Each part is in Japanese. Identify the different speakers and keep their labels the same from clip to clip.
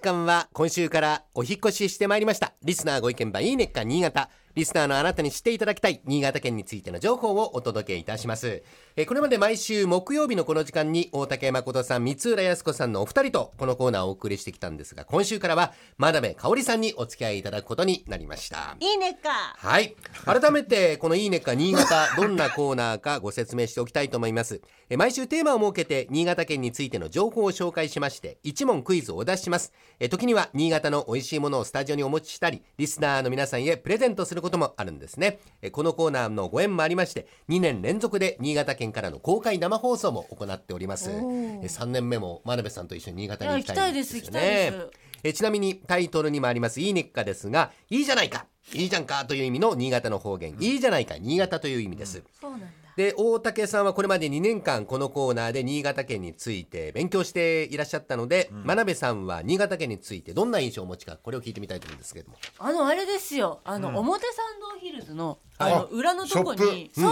Speaker 1: 間は今週からお引越ししてまいりましたリスナーご意見番いいねっか新潟リスナーのあなたに知っていただきたい新潟県についての情報をお届けいたしますえーこれまで毎週木曜日のこの時間に大竹誠さん三浦靖子さんのお二人とこのコーナーをお送りしてきたんですが今週からは真鍋かおりさんにお付き合いいただくことになりました
Speaker 2: いいねっか。
Speaker 1: はい。改めて、このいいねっか新潟、 どんなコーナーかご説明しておきたいと思います。え毎週テーマを設けて、新潟県についての情報を紹介しまして、一問クイズをお出しします。え時には、新潟の美味しいものをスタジオにお持ちしたり、リスナーの皆さんへプレゼントすることもあるんですね。えこのコーナーのご縁もありまして、2年連続で新潟県からの公開生放送も行っております。え3年目も真鍋さんと一緒に新潟に行きたいんよね
Speaker 2: いや行きたいです行きたいです
Speaker 1: えちなみにタイトルにもあります「いいねっか」ですが「いいじゃないか」「いいじゃんか」という意味の新潟の方言「いいじゃないか」「新潟」という意味です。
Speaker 2: そうなんだ。
Speaker 1: で大竹さんはこれまで2年間このコーナーで新潟県について勉強していらっしゃったので、真鍋さんは新潟県についてどんな印象をお持ちかこれを聞いてみたいと思うんですけれども
Speaker 2: あのあれですよ。あの、表参道ヒルズのあの
Speaker 3: あ
Speaker 2: 裏のとこ
Speaker 3: ショ
Speaker 2: に、そう、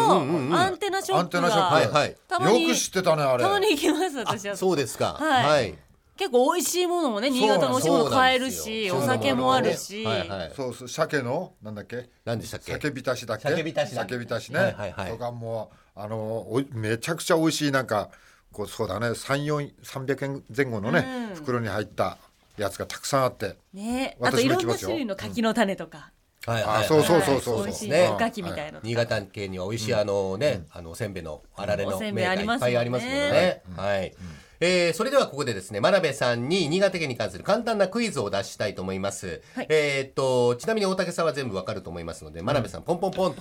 Speaker 2: アンテナショップ
Speaker 3: アンテナショ
Speaker 2: が
Speaker 3: ップ
Speaker 1: はいはい
Speaker 2: たまに
Speaker 3: よく知ってたねあれ
Speaker 2: たまに行きま
Speaker 1: あ
Speaker 2: す私は。
Speaker 1: そうですか
Speaker 2: はい結構美味しいものもね新潟の美味しいもの買えるし、
Speaker 1: そう
Speaker 2: お
Speaker 1: なんです
Speaker 2: 酒
Speaker 1: よ
Speaker 2: もあるし。
Speaker 1: はいはい、
Speaker 3: そうそう鮭のなんだっけ
Speaker 1: 何でしたっけ
Speaker 3: 酒浸しだっけ
Speaker 1: 酒浸しだ
Speaker 3: 酒浸しね、
Speaker 1: はいはいはい
Speaker 3: とかもうあのおいめちゃくちゃ美味しいなんかこうそうだね3400円前後のね、袋に入ったやつがたくさんあって
Speaker 2: ね、あ
Speaker 3: 私も
Speaker 2: といろ
Speaker 3: 行き
Speaker 2: ん
Speaker 3: ま
Speaker 2: な
Speaker 3: すよ
Speaker 2: 種類の柿の種とか、
Speaker 1: はいはい
Speaker 3: あそうそうそうそうそう
Speaker 2: はい美味しい
Speaker 1: ね
Speaker 2: おかきみたいなのとか
Speaker 1: 新潟県には美味しいあのね、あのおせんべいのあられの
Speaker 2: おせん
Speaker 1: 銘
Speaker 2: べい
Speaker 1: が
Speaker 2: あ
Speaker 1: い
Speaker 2: り
Speaker 1: っ
Speaker 2: ます
Speaker 1: ぱ
Speaker 2: もんね
Speaker 1: いありますもんね。はい。えー、それではここでですね真鍋さんに新潟県に関する簡単なクイズをお出ししたいと思います、
Speaker 2: はい
Speaker 1: えーっとちなみに大竹さんは全部わかると思いますので真鍋さんポンポンポンと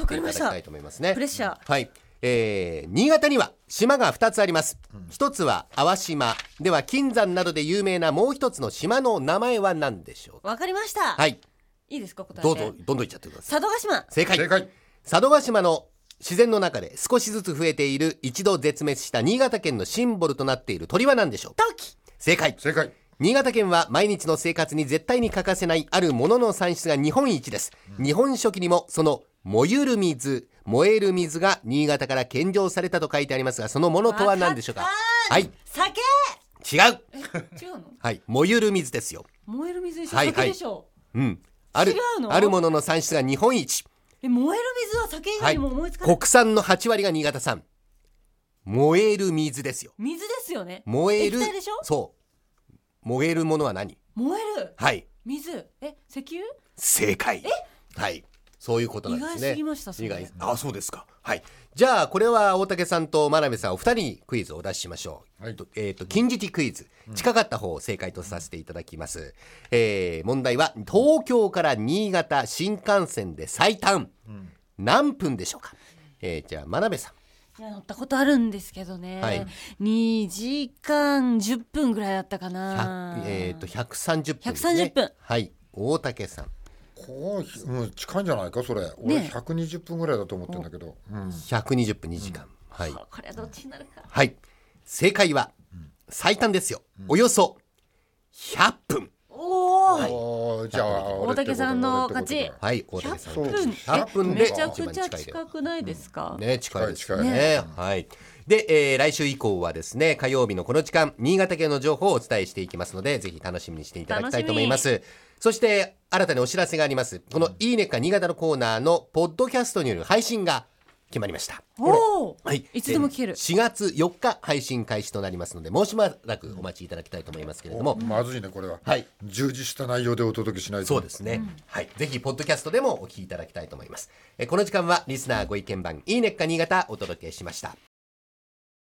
Speaker 2: わかりま
Speaker 1: い
Speaker 2: した
Speaker 1: だきたいと思いますね
Speaker 2: プレッシャー
Speaker 1: はい、えー、新潟には島が2つあります一つは淡島では金山などで有名なもう一つの島の名前は何でしょう
Speaker 2: わかりました、
Speaker 1: かはい
Speaker 2: いいですか答え
Speaker 1: どう
Speaker 2: て
Speaker 1: ぞどんどんいっちゃってください
Speaker 2: 佐渡島
Speaker 1: 正解
Speaker 3: 正解
Speaker 1: 佐渡島の自然の中で少しずつ増えている一度絶滅した新潟県のシンボルとなっている鳥は何でしょう
Speaker 2: 陶器
Speaker 1: 正解
Speaker 3: 正解
Speaker 1: 新潟県は毎日の生活に絶対に欠かせないあるものの産出が日本一です、日本書紀にもその燃ゆる水燃える水が新潟から献上されたと書いてありますがそのものとは何でしょうか
Speaker 2: わか
Speaker 1: はい違
Speaker 2: 酒
Speaker 1: う
Speaker 2: 違うの
Speaker 1: はい燃ゆる水ですよ
Speaker 2: 燃える水でしょ、
Speaker 1: はいはい
Speaker 2: 酒でしょ
Speaker 1: うんある
Speaker 2: 違うの
Speaker 1: あるものの産出が日本一
Speaker 2: え燃える水は酒以
Speaker 1: は
Speaker 2: 外
Speaker 1: い
Speaker 2: にも思いつかない、
Speaker 1: 国産の8割が新潟産燃える水ですよ
Speaker 2: 水ですよね
Speaker 1: 燃える
Speaker 2: 液体でしょ
Speaker 1: そう燃えるものは何
Speaker 2: 燃える
Speaker 1: はい
Speaker 2: 水え石油
Speaker 1: 正解はいそういうことなんですね
Speaker 2: 意外すぎましたそれ
Speaker 1: 意外あそうですかはいじゃあこれは大竹さんと真鍋さんお二人にクイズをお出ししましょう、
Speaker 3: はい
Speaker 1: とえっ、と近似クイズ近かった方を正解とさせていただきます、えー問題は東京から新潟新幹線で最短何分でしょうか、えーじゃあ真鍋さん
Speaker 2: いや乗ったことあるんですけどね、
Speaker 1: はい
Speaker 2: 2時間10分ぐらいだったかな
Speaker 1: 100えっ、と130分です、ね、
Speaker 2: 130分
Speaker 1: はい大竹さん
Speaker 3: こう、うん、近いんじゃないかそれ俺
Speaker 2: ねえ
Speaker 3: 120分ぐらいだと思ってんだけど、うん、
Speaker 1: 120分2時間、はい
Speaker 2: これはどっちになるか
Speaker 1: はい正解は最短ですよ、およそ100分
Speaker 2: おお、
Speaker 1: はい
Speaker 3: おーじゃあ
Speaker 2: 大竹さんの勝ち
Speaker 3: 俺ってことだ
Speaker 1: はい大竹さん
Speaker 2: 100分
Speaker 1: 100分で
Speaker 2: めちゃくちゃ近くないですか、
Speaker 1: ね近いですね
Speaker 3: 近い
Speaker 1: はいで、えー来週以降はですね火曜日のこの時間新潟県の情報をお伝えしていきますのでぜひ楽しみにしていただきたいと思いますそして新たにお知らせがありますこの「いいねっか新潟」のコーナーのポッドキャストによる配信が決まりました
Speaker 2: おお、
Speaker 1: はい、
Speaker 2: いつでも聞ける
Speaker 1: えー4月4日配信開始となりますのでもうしばらくお待ちいただきたいと思いますけれども、
Speaker 3: おまずいねこれは、
Speaker 1: はい
Speaker 3: 充実した内容でお届けしないと
Speaker 1: そうですね、はい、ぜひポッドキャストでもお聞きいただきたいと思いますえーこの時間はリスナーご意見番いいねっか新潟お届けしました